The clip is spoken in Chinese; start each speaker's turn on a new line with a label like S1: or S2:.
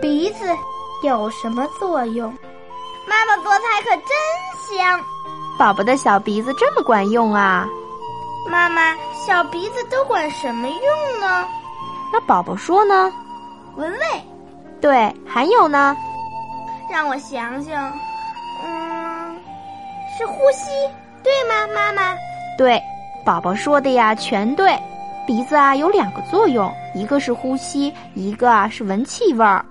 S1: 鼻子有什么作用？
S2: 妈妈做菜可真香，
S3: 宝宝的小鼻子这么管用啊！
S2: 妈妈，小鼻子都管什么用呢？
S3: 那宝宝说呢？
S2: 闻味。
S3: 对，还有呢？
S2: 让我想想，嗯，是呼吸，对吗，妈妈？
S3: 对，宝宝说的呀，全对。鼻子啊有两个作用，一个是呼吸，一个啊是闻气味儿。